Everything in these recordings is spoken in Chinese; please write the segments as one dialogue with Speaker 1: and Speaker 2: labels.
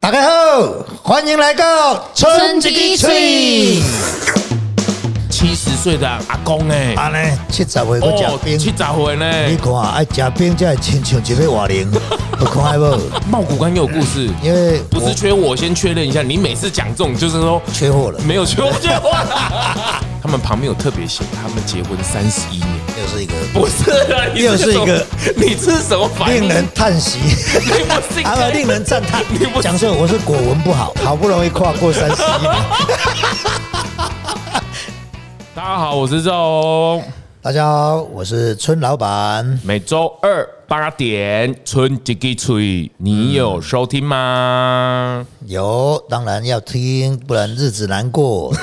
Speaker 1: 大家好，欢迎来到春之
Speaker 2: 春
Speaker 1: 吹
Speaker 2: 之。七十岁的阿公哎、
Speaker 1: 啊呢，七十岁我食
Speaker 2: 哦
Speaker 1: 冰，
Speaker 2: 七十岁
Speaker 1: 你
Speaker 2: 呢，
Speaker 1: 看爱食冰才会亲像一个活 人，有看无？
Speaker 2: 茂谷刚也有故事，
Speaker 1: 因为
Speaker 2: 不是
Speaker 1: 我
Speaker 2: 缺我，先确认一下，你每次讲这种就是说
Speaker 1: 缺货了，
Speaker 2: 没有缺我缺我 啦。他们旁边有特别写，他们结婚三十一年，
Speaker 1: 又是一个
Speaker 2: 不是啦，你
Speaker 1: 又是一个
Speaker 2: 什么，你这是什么反应？
Speaker 1: 令人叹 息，
Speaker 2: 你不哎是应该
Speaker 1: 啊不，令人赞叹
Speaker 2: 你不。是
Speaker 1: 讲说我是果文不 好，好不容易跨过三十一年。
Speaker 2: 大家好，我是周，
Speaker 1: 大家好，我是村老板。
Speaker 2: 每周二八点春吉吉吹，你有收听吗？
Speaker 1: 有，当然要听，不然日子难 过。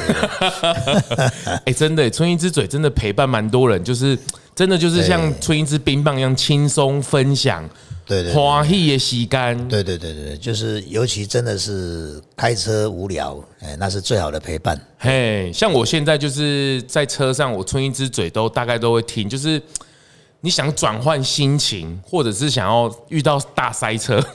Speaker 2: 哎、真的，春英之嘴真的陪伴蛮多人，就是真的就是像春英之冰棒一样轻松分享，
Speaker 1: 对对对
Speaker 2: 花喜的吸干，
Speaker 1: 对对对对，对就是尤其真的是开车无聊，哎，那是最好的陪伴。
Speaker 2: 嘿，像我现在就是在车上，我春英之嘴都大概都会听，就是你想转换心情，或者是想要遇到大塞车，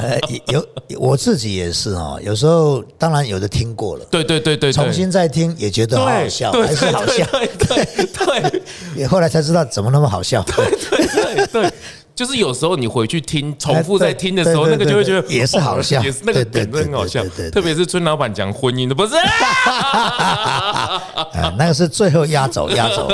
Speaker 1: 呃，有我自己也是哦，有时候当然有的听过了，
Speaker 2: 对对对对对，
Speaker 1: 重新再听也觉得
Speaker 2: 对
Speaker 1: 好好笑，
Speaker 2: 对
Speaker 1: 还是好笑。
Speaker 2: 对对对对
Speaker 1: 也后来才知道怎么那么好笑。
Speaker 2: 对对，就是有时候你回去听，重复在听的时候，
Speaker 1: 对
Speaker 2: 那
Speaker 1: 对
Speaker 2: 个就会觉得
Speaker 1: 哎对对也是
Speaker 2: 哦
Speaker 1: 好笑
Speaker 2: 也是那个
Speaker 1: 对对
Speaker 2: 梗真的很好笑
Speaker 1: 对对对对。对
Speaker 2: 特别是村老板讲婚姻的，不 是啊？
Speaker 1: 啊，那个是最后压轴，压 轴。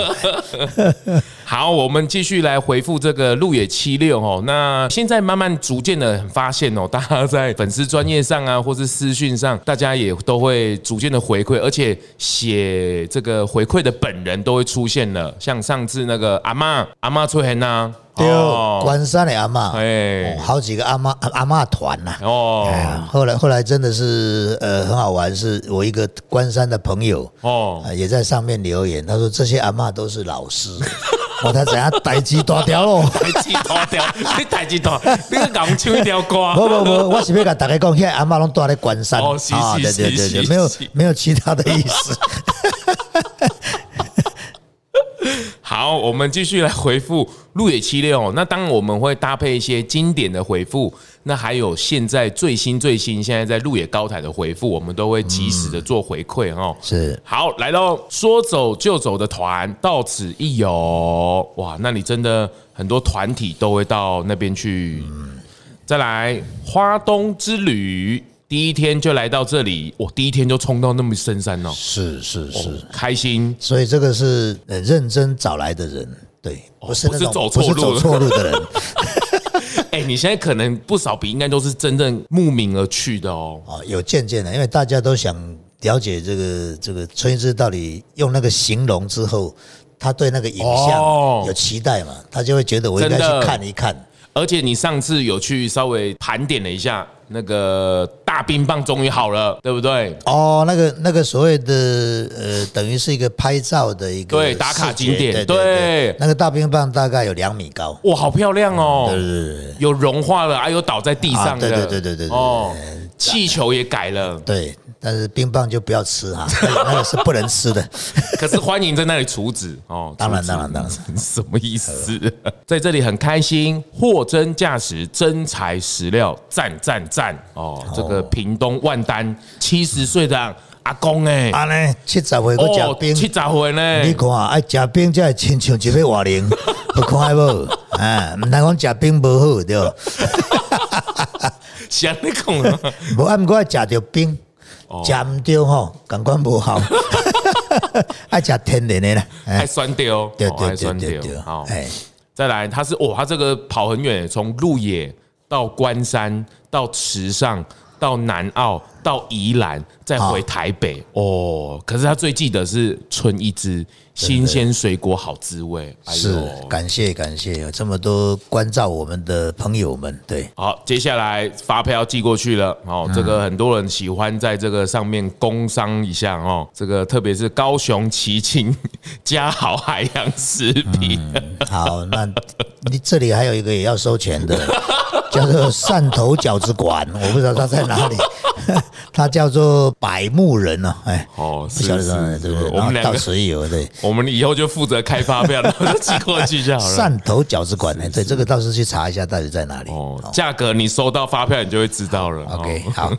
Speaker 2: 好，我们继续来回复这个路野七六哦。那现在慢慢逐渐的发现哦，大家在粉丝专业上啊，或是私讯上，大家也都会逐渐的回馈，而且写这个回馈的本人都会出现了，像上次那个阿妈阿妈崔恒呐，
Speaker 1: 对
Speaker 2: 哦，
Speaker 1: 关山的阿妈，
Speaker 2: 哎
Speaker 1: 哦好几个阿妈阿阿妈团呐。
Speaker 2: 哦
Speaker 1: 哎呀后来后来真的是呃很好玩，是我一个关山的朋友
Speaker 2: 哦
Speaker 1: 啊、。也在上面留言，他说这些阿嬷都是老 师，我才怎样逮鸡大条咯。
Speaker 2: 台志大条，你台志大，你个讲唱一条 歌。
Speaker 1: 不不不，我是要跟大家讲，现在阿嬷拢住在关山啊
Speaker 2: 哦是是
Speaker 1: 对对对
Speaker 2: 是
Speaker 1: 对，
Speaker 2: 是
Speaker 1: 没有
Speaker 2: 是
Speaker 1: 没有其他的意 思。
Speaker 2: 好，我们继续来回复路野七六。那当然我们会搭配一些经典的回复，那还有现在最新最新现在在路野高台的回复，我们都会及时的做回馈哦。
Speaker 1: 是
Speaker 2: 好，来到说走就走的团，到此一游。哇，那你真的很多团体都会到那边去。再来，花东之旅，第一天就来到这里，我第一天就冲到那么深山哦，
Speaker 1: 是是是，
Speaker 2: 开心。
Speaker 1: 所以这个是呃认真找来的人，对，不是那种
Speaker 2: 哦不是
Speaker 1: 不是
Speaker 2: 走错路
Speaker 1: 走错路的 人。
Speaker 2: 哎、你现在可能不少比应该都是真正慕名而去的哦。
Speaker 1: 哦，有渐渐的，因为大家都想了解这个这个春之到底用那个形容之后，他对那个影像
Speaker 2: 哦
Speaker 1: 有期待嘛，他就会觉得我应该
Speaker 2: 真的
Speaker 1: 去看一看。
Speaker 2: 而且你上次有去稍微盘点了一下，那个大冰棒终于好了，对不对？
Speaker 1: 哦，那个那个所谓的呃，等于是一个拍照的一个
Speaker 2: 对打卡
Speaker 1: 视觉
Speaker 2: 景点
Speaker 1: 对
Speaker 2: 对
Speaker 1: 对，那个大冰棒大概有两米高，
Speaker 2: 哇，好漂亮哦！
Speaker 1: 对对对
Speaker 2: 有融化了，还有倒在地上的，
Speaker 1: 啊对对对对对对
Speaker 2: 哦，气球也改了，
Speaker 1: 对，但是冰棒就不要吃哈， 那个那个是不能吃 的。
Speaker 2: 可是欢迎在那里处置哦。
Speaker 1: 当然
Speaker 2: 处置
Speaker 1: 当然当然，
Speaker 2: 什么意思？在这里很开心，货真价实，真材实料，赞赞赞哦！这个屏东万丹七十岁的阿公哎，
Speaker 1: 啊呢，七十岁我
Speaker 2: 哦
Speaker 1: 食，冰，
Speaker 2: 七十岁
Speaker 1: 你
Speaker 2: 呢，
Speaker 1: 看啊，爱食冰才会亲像一个活 人，有看无？啊，毋通讲食冰无好对无？
Speaker 2: 想你讲 啊，
Speaker 1: 无啊，毋过爱食着冰，
Speaker 2: 哦
Speaker 1: 食毋着吼，感觉无 效。 爱食天然的啦，
Speaker 2: 还
Speaker 1: 哎，
Speaker 2: 酸掉，
Speaker 1: 对
Speaker 2: 哦
Speaker 1: 对
Speaker 2: 还
Speaker 1: 对
Speaker 2: 酸
Speaker 1: 对
Speaker 2: 掉
Speaker 1: 对，
Speaker 2: 好，
Speaker 1: 哎，
Speaker 2: 再来，他是哦，他这个跑很远，从鹿野到关山，到池上，到南澳，到宜兰，再回
Speaker 1: 啊
Speaker 2: 台北、哦。可是他最记得是春一枝，新鲜水果好滋味。哎
Speaker 1: 是感谢感谢，有这么多关照我们的朋友们，对，
Speaker 2: 好，接下来发票寄过去了。哦，
Speaker 1: 嗯
Speaker 2: 这个很多人喜欢在这个上面工商一下哦。这个特别是高雄旗 津嘉好海洋食品，
Speaker 1: 嗯好，那你这里 还有一个也要收钱的，叫做汕头饺子馆，我不知道它在哪里。 他叫做百慕人呢、啊，哎，
Speaker 2: 哦，
Speaker 1: 不晓
Speaker 2: 是
Speaker 1: 得
Speaker 2: 是，
Speaker 1: 是
Speaker 2: 是
Speaker 1: 对不对？
Speaker 2: 我
Speaker 1: 然后
Speaker 2: 们两
Speaker 1: 到
Speaker 2: 个，
Speaker 1: 此一游， 对，
Speaker 2: 我们以后就负责开发票，然后就寄过去就 好了。
Speaker 1: 汕头饺子馆，哎，对，这个到时去查一下到底在哪里。
Speaker 2: 哦，价格你收到发票，你就会知道了。哦
Speaker 1: OK，好，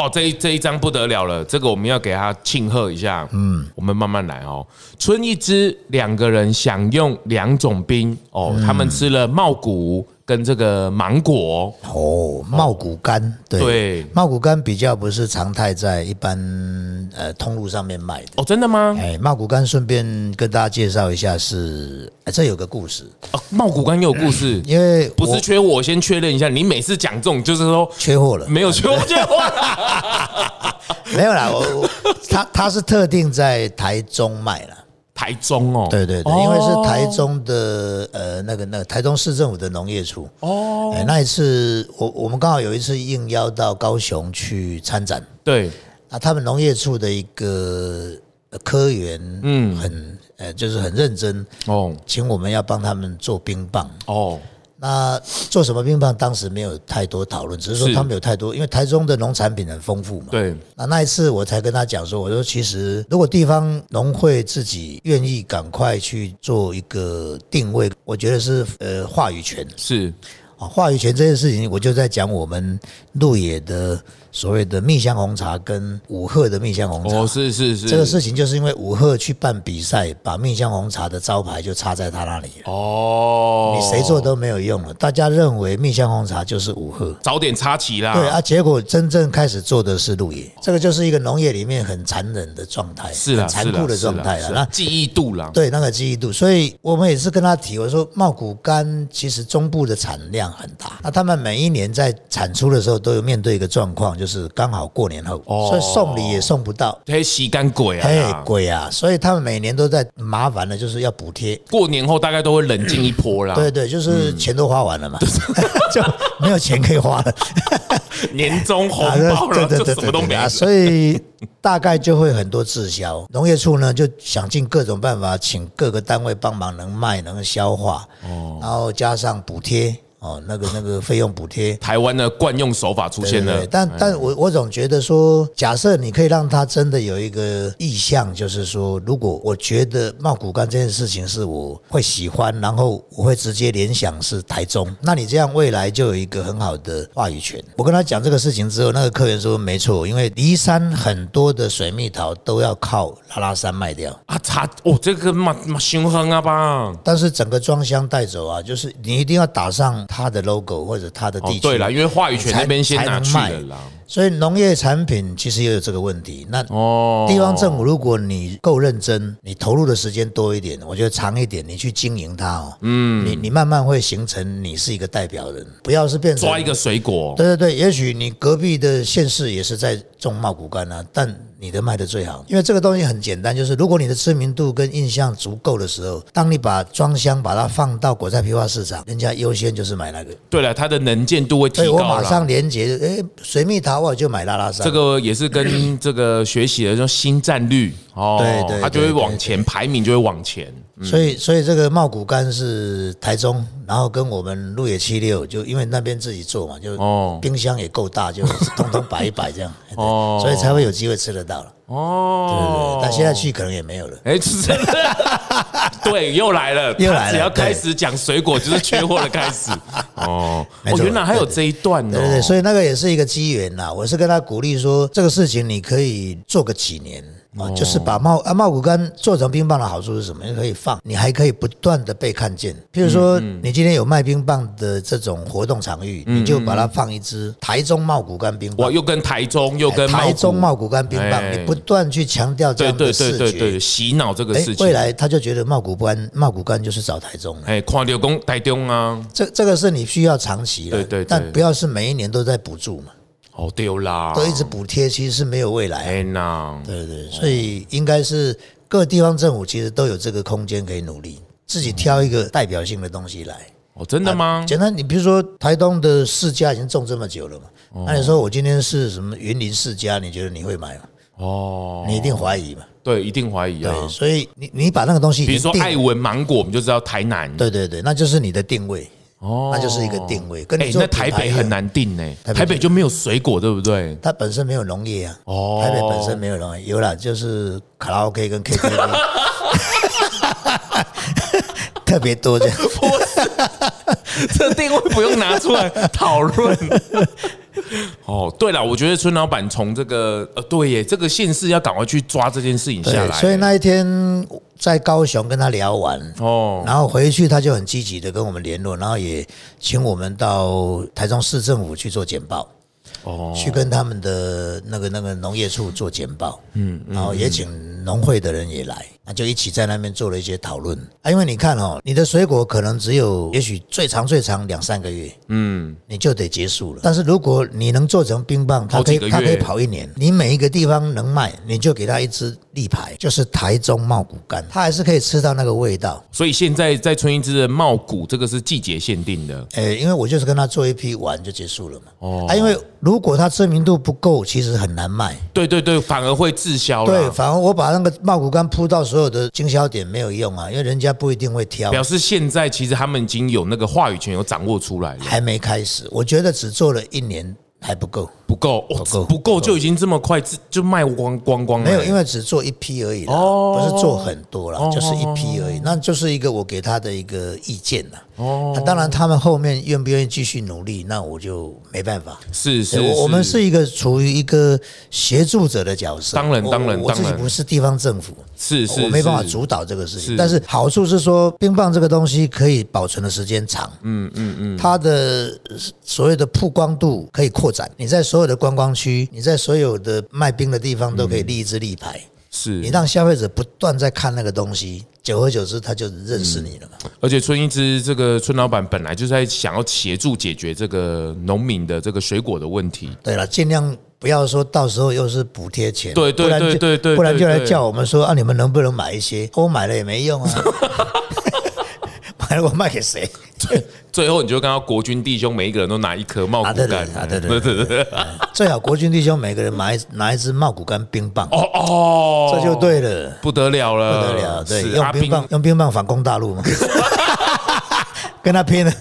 Speaker 2: 哦，这一这一张不得了了，这个我们要给他庆贺一下。嗯，我们慢慢来哦。春一枝两个人享用两种冰哦，
Speaker 1: 嗯
Speaker 2: 他们吃了茂谷跟这个芒果。
Speaker 1: 哦，茂谷柑，对，
Speaker 2: 对
Speaker 1: 茂谷柑比较不是常态在一般呃通路上面卖的。
Speaker 2: 哦，真的吗？
Speaker 1: 哎，茂谷柑顺便跟大家介绍一下是，哎这有个故事，
Speaker 2: 哦，茂谷刚也有故事，
Speaker 1: 因为
Speaker 2: 不
Speaker 1: 我
Speaker 2: 是缺我，先确认一下，你每次讲这种就是说
Speaker 1: 缺货了，
Speaker 2: 没有缺我 缺我。
Speaker 1: 没有啦，我 我他他是特定在台中卖了。
Speaker 2: 台中哦，
Speaker 1: 对对对，
Speaker 2: 哦
Speaker 1: 因为是台中的呃那个那个台中市政府的农业处哦、哎那一次我我们刚好有一次应邀到高雄去参展，
Speaker 2: 对
Speaker 1: 啊，他们农业处的一个呃科员，嗯，很呃就是很认真，
Speaker 2: 哦
Speaker 1: 请我们要帮他们做冰棒。
Speaker 2: 哦
Speaker 1: 那做什么冰棒，当时没有太多讨论，只是说
Speaker 2: 是
Speaker 1: 他们有太多，因为台中的农产品很丰富嘛。
Speaker 2: 对
Speaker 1: 那那一次我才跟他讲说，我说其实如果地方农会自己愿意赶快去做一个定位，我觉得是呃话语权
Speaker 2: 是
Speaker 1: 啊，话语权这件事情，我就在讲我们鹿野的所谓的蜜香红茶跟五鹤的蜜香红茶。
Speaker 2: 哦是是是
Speaker 1: 这个事情就是因为五鹤去办比赛，把蜜香红茶的招牌就插在他那里了，
Speaker 2: 哦，
Speaker 1: 你谁做都没有用了。大家认为蜜香红茶就是五鹤，
Speaker 2: 早点插旗啦，
Speaker 1: 对啊，结果真正开始做的是鹿野，这个就是一个农业里面很残忍的状态，
Speaker 2: 哦是啦，
Speaker 1: 很残酷的状态啊。
Speaker 2: 是啦是啦
Speaker 1: 那
Speaker 2: 记忆度啦，
Speaker 1: 对那个记忆度，所以我们也是跟他提，我说茂谷柑其实中部的产量很大，啊那他们每一年在产出的时候都有面对一个状况，就是刚好过年后，
Speaker 2: 哦
Speaker 1: 所以送礼也送不到。
Speaker 2: 黑吸干鬼啊
Speaker 1: 嘿
Speaker 2: 啦，
Speaker 1: 鬼啊！所以他们每年都在麻烦的，就是要补贴。
Speaker 2: 过年后大概都会冷静一波啦，
Speaker 1: 对对，就是
Speaker 2: 嗯
Speaker 1: 钱都花完了嘛， 就没有钱可以花了。
Speaker 2: 年终 红
Speaker 1: 啊，
Speaker 2: 包
Speaker 1: 对
Speaker 2: 了
Speaker 1: 对
Speaker 2: 就
Speaker 1: 对
Speaker 2: 什么都
Speaker 1: 对
Speaker 2: 没
Speaker 1: 对
Speaker 2: 了
Speaker 1: 啊，，所以大概就会很多滞销。 农业处呢就想尽各种办法，请各个单位帮忙，能卖能消化，
Speaker 2: 哦
Speaker 1: 然后加上补贴哦，那个那个费用补贴。
Speaker 2: 台湾的惯用手法出
Speaker 1: 对
Speaker 2: 现
Speaker 1: 对
Speaker 2: 了
Speaker 1: 对，，但但哎我我总觉得说，假设你可以让他真的有一个意向，就是说，如果我觉得茂谷柑这件事情是我会喜欢，然后我会直接联想是台中，那你这样未来就有一个很好的话语权。我跟他讲这个事情之后，那个客人说没错，因为离山很多的水蜜桃都要靠拉拉山卖掉。
Speaker 2: 啊查哦这个嘛嘛凶狠啊吧，
Speaker 1: 但是整个装箱带走啊，就是你一定要打上它的 logo 或者它的
Speaker 2: 哦
Speaker 1: 地区。
Speaker 2: 对了，因为话语权那边先
Speaker 1: 才
Speaker 2: 拿
Speaker 1: 才能
Speaker 2: 去
Speaker 1: 卖
Speaker 2: 了啦，
Speaker 1: 所以农业产品其实也有这个问题。那
Speaker 2: 哦，
Speaker 1: 地方政府，如果你够认真，你投入的时间多一点，我觉得长一点，你去经营它哦，嗯，你你慢慢会形成你是一个代表人，不要是变成
Speaker 2: 抓一个水果，
Speaker 1: 对对对，也许你隔壁的县市也是在种茂谷柑啊，但你的卖的最好，因为这个东西很简单，就是如果你的知名度跟印象足够的时候，当你把装箱把它放到果菜批发市场，人家优先就是买那个。
Speaker 2: 对了，它的能见度会提
Speaker 1: 所以我
Speaker 2: 高
Speaker 1: 马
Speaker 2: 了。
Speaker 1: 上连接，诶，水蜜桃我就买拉拉山。
Speaker 2: 这个也 是跟这个学习的，就新战略哦，
Speaker 1: 对对
Speaker 2: 它就会
Speaker 1: 对对
Speaker 2: 往前排名，就会往前。
Speaker 1: 所以，所以这个茂谷柑是台中，然后跟我们鹿野七六，就因为那边自己做嘛，就
Speaker 2: 哦
Speaker 1: 冰箱也够大，就通通摆一摆这样，对
Speaker 2: 哦
Speaker 1: 所以才会有机会吃得到了。对对
Speaker 2: 哦
Speaker 1: 对，，但现在去可能也没有了。
Speaker 2: 哎，是真 的，对，又来了，
Speaker 1: 又来了
Speaker 2: 他只要
Speaker 1: 对
Speaker 2: 开始讲水果，就是缺货的开 始。哦，
Speaker 1: 没
Speaker 2: 哦，
Speaker 1: 错
Speaker 2: 原来还有这一段哦。
Speaker 1: 对对对，所以那个也是一个机缘啦。我是跟他鼓励说，这个事情你可以做个几年。哦，就是把茂啊茂谷柑做成冰棒的好处是什么？你可以放，你还可以不断的被看见。譬如说，
Speaker 2: 嗯
Speaker 1: 你今天有卖冰棒的这种活动场域，你就
Speaker 2: 嗯
Speaker 1: 把它放一支台中茂谷柑冰棒
Speaker 2: 哇，。又跟台中，又跟
Speaker 1: 哎台中
Speaker 2: 茂
Speaker 1: 茂谷柑冰棒，
Speaker 2: 哎
Speaker 1: 你不断去强调
Speaker 2: 谷，
Speaker 1: 这
Speaker 2: 对
Speaker 1: 样
Speaker 2: 对
Speaker 1: 的视
Speaker 2: 对
Speaker 1: 觉，
Speaker 2: 对对，洗脑这个
Speaker 1: 哎
Speaker 2: 事情
Speaker 1: 未。来他就觉得茂谷柑茂谷柑就是找台中了。
Speaker 2: 哎，跨六公台中啊，
Speaker 1: 这这个是你需要长期的，
Speaker 2: 对对对
Speaker 1: 但不要是每一年都在补助嘛，
Speaker 2: 哦丢啦，
Speaker 1: 都一直补贴，其实是没有未来。
Speaker 2: 哎呐，
Speaker 1: 对对，所以应该是各地方政府其实都有这个空间可以努力，自己挑一个代表性的东西来。
Speaker 2: 哦真
Speaker 1: 啊
Speaker 2: 的吗？
Speaker 1: 简单，你比如说台东的世家已经种这么久了嘛，
Speaker 2: 哦
Speaker 1: 那你说我今天是什么云林世家，你觉得你会买吗？
Speaker 2: 哦，
Speaker 1: 你一定怀疑嘛。
Speaker 2: 对，一定怀疑啊。
Speaker 1: 对，所以你你把那个东西已
Speaker 2: 比
Speaker 1: 经
Speaker 2: 如说
Speaker 1: 定
Speaker 2: 爱文芒果，我们就知道台南。
Speaker 1: 对对对，那就是你的定位。哦，那就是一个定位。跟
Speaker 2: 哎
Speaker 1: 你，做
Speaker 2: 那
Speaker 1: 品牌
Speaker 2: 台北
Speaker 1: 一样
Speaker 2: 很，难定呢，
Speaker 1: 台北
Speaker 2: 台北就没有水果，对不对？
Speaker 1: 它本身没有农业啊。
Speaker 2: 哦
Speaker 1: 台北本身没有农业，有啦，就是卡拉 OK 跟 KTV，特别多这样。
Speaker 2: 这定位不用拿出来讨论。 哦，对了，我觉得孙老板从这个呃，对耶，这个县市要赶快去抓这件事情下
Speaker 1: 对，
Speaker 2: 来。
Speaker 1: 所以那一天在高雄跟他聊完，
Speaker 2: 哦，
Speaker 1: 然后回去他就很积极的跟我们联络，然后也请我们到台中市政府去做简报，
Speaker 2: 哦，
Speaker 1: 去跟他们的那个那个农业处做简报，嗯，然后也请农会的人也来，那就一起在那边做了一些讨论啊。因为你看哦，你的水果可能只有也许最长最长两三个月，
Speaker 2: 嗯，
Speaker 1: 你就得结束了。但是如果你能做成冰棒，它
Speaker 2: 好
Speaker 1: 可
Speaker 2: 几
Speaker 1: 以
Speaker 2: 个
Speaker 1: 它可以
Speaker 2: 月
Speaker 1: 跑一年，你每一个地方能卖，你就给它一支立牌，就是台中茂谷柑，它还是可以吃到那个味道。
Speaker 2: 所以现在在春一枝的茂谷，这个是季节限定的。
Speaker 1: 诶、因为我就是跟他做一批玩就结束了嘛。
Speaker 2: 哦
Speaker 1: 哦，啊，因为如果它知名度不够，其实很难卖。
Speaker 2: 对对对，反而会滞销
Speaker 1: 对，
Speaker 2: 了。
Speaker 1: 反而我把那个茂谷柑铺到所有的经销点没有用啊，因为人家不一定会挑。
Speaker 2: 表示现在其实他们已经有那个话语权，有掌握出来了，
Speaker 1: 还没开始，我觉得只做了一年还不够，
Speaker 2: 不够，
Speaker 1: 不够
Speaker 2: 哦不够就已经这么快自就卖光光光了。
Speaker 1: 没有，因为只做一批而已啦，
Speaker 2: 哦
Speaker 1: 不是做很多啦，
Speaker 2: 哦
Speaker 1: 就是一批而已。那就是一个我给他的一个意见啦。哦，当然他们后面愿不愿意继续努力，那我就没办法。
Speaker 2: 是是，
Speaker 1: 对我我们是一个处于一个协助者的角色，
Speaker 2: 当然
Speaker 1: 我
Speaker 2: 当然
Speaker 1: 我自己
Speaker 2: 当然
Speaker 1: 不是地方政府，
Speaker 2: 是是，
Speaker 1: 我没办法
Speaker 2: 是
Speaker 1: 主导这个事情。
Speaker 2: 是
Speaker 1: 但是好处是说，冰棒这个东西可以保存的时间长，嗯嗯嗯，它的所有的曝光度可以扩展。你在所有的观光区，你在所有的卖冰的地方都可以立一支立牌，
Speaker 2: 嗯是
Speaker 1: 你让消费者不断在看那个东西，久而久之他就认识你了嘛。
Speaker 2: 而且春一枝这个村老板本来就在想要协助解决这个农民的这个水果的问题。
Speaker 1: 对了，尽量不要说到时候又是补贴钱，
Speaker 2: 对对
Speaker 1: 不然就
Speaker 2: 对对对
Speaker 1: 不然就来
Speaker 2: 对对
Speaker 1: 叫我们说啊，你们能不能买一些？我买了也没用啊， 买了我卖给谁？
Speaker 2: 最后你就看到国军弟兄每一个人都拿一颗茂谷
Speaker 1: 啊对对
Speaker 2: 柑，
Speaker 1: 啊对对对对， 最好国军弟兄每个人拿一拿一支茂谷柑冰棒，
Speaker 2: 哦哦，
Speaker 1: 这就，对了，
Speaker 2: 不得了
Speaker 1: 不
Speaker 2: 了，
Speaker 1: 得了，对，
Speaker 2: 是
Speaker 1: 用
Speaker 2: 阿
Speaker 1: 呃冰
Speaker 2: 兵
Speaker 1: 棒用冰棒反攻大 陆嘛，跟他拼了，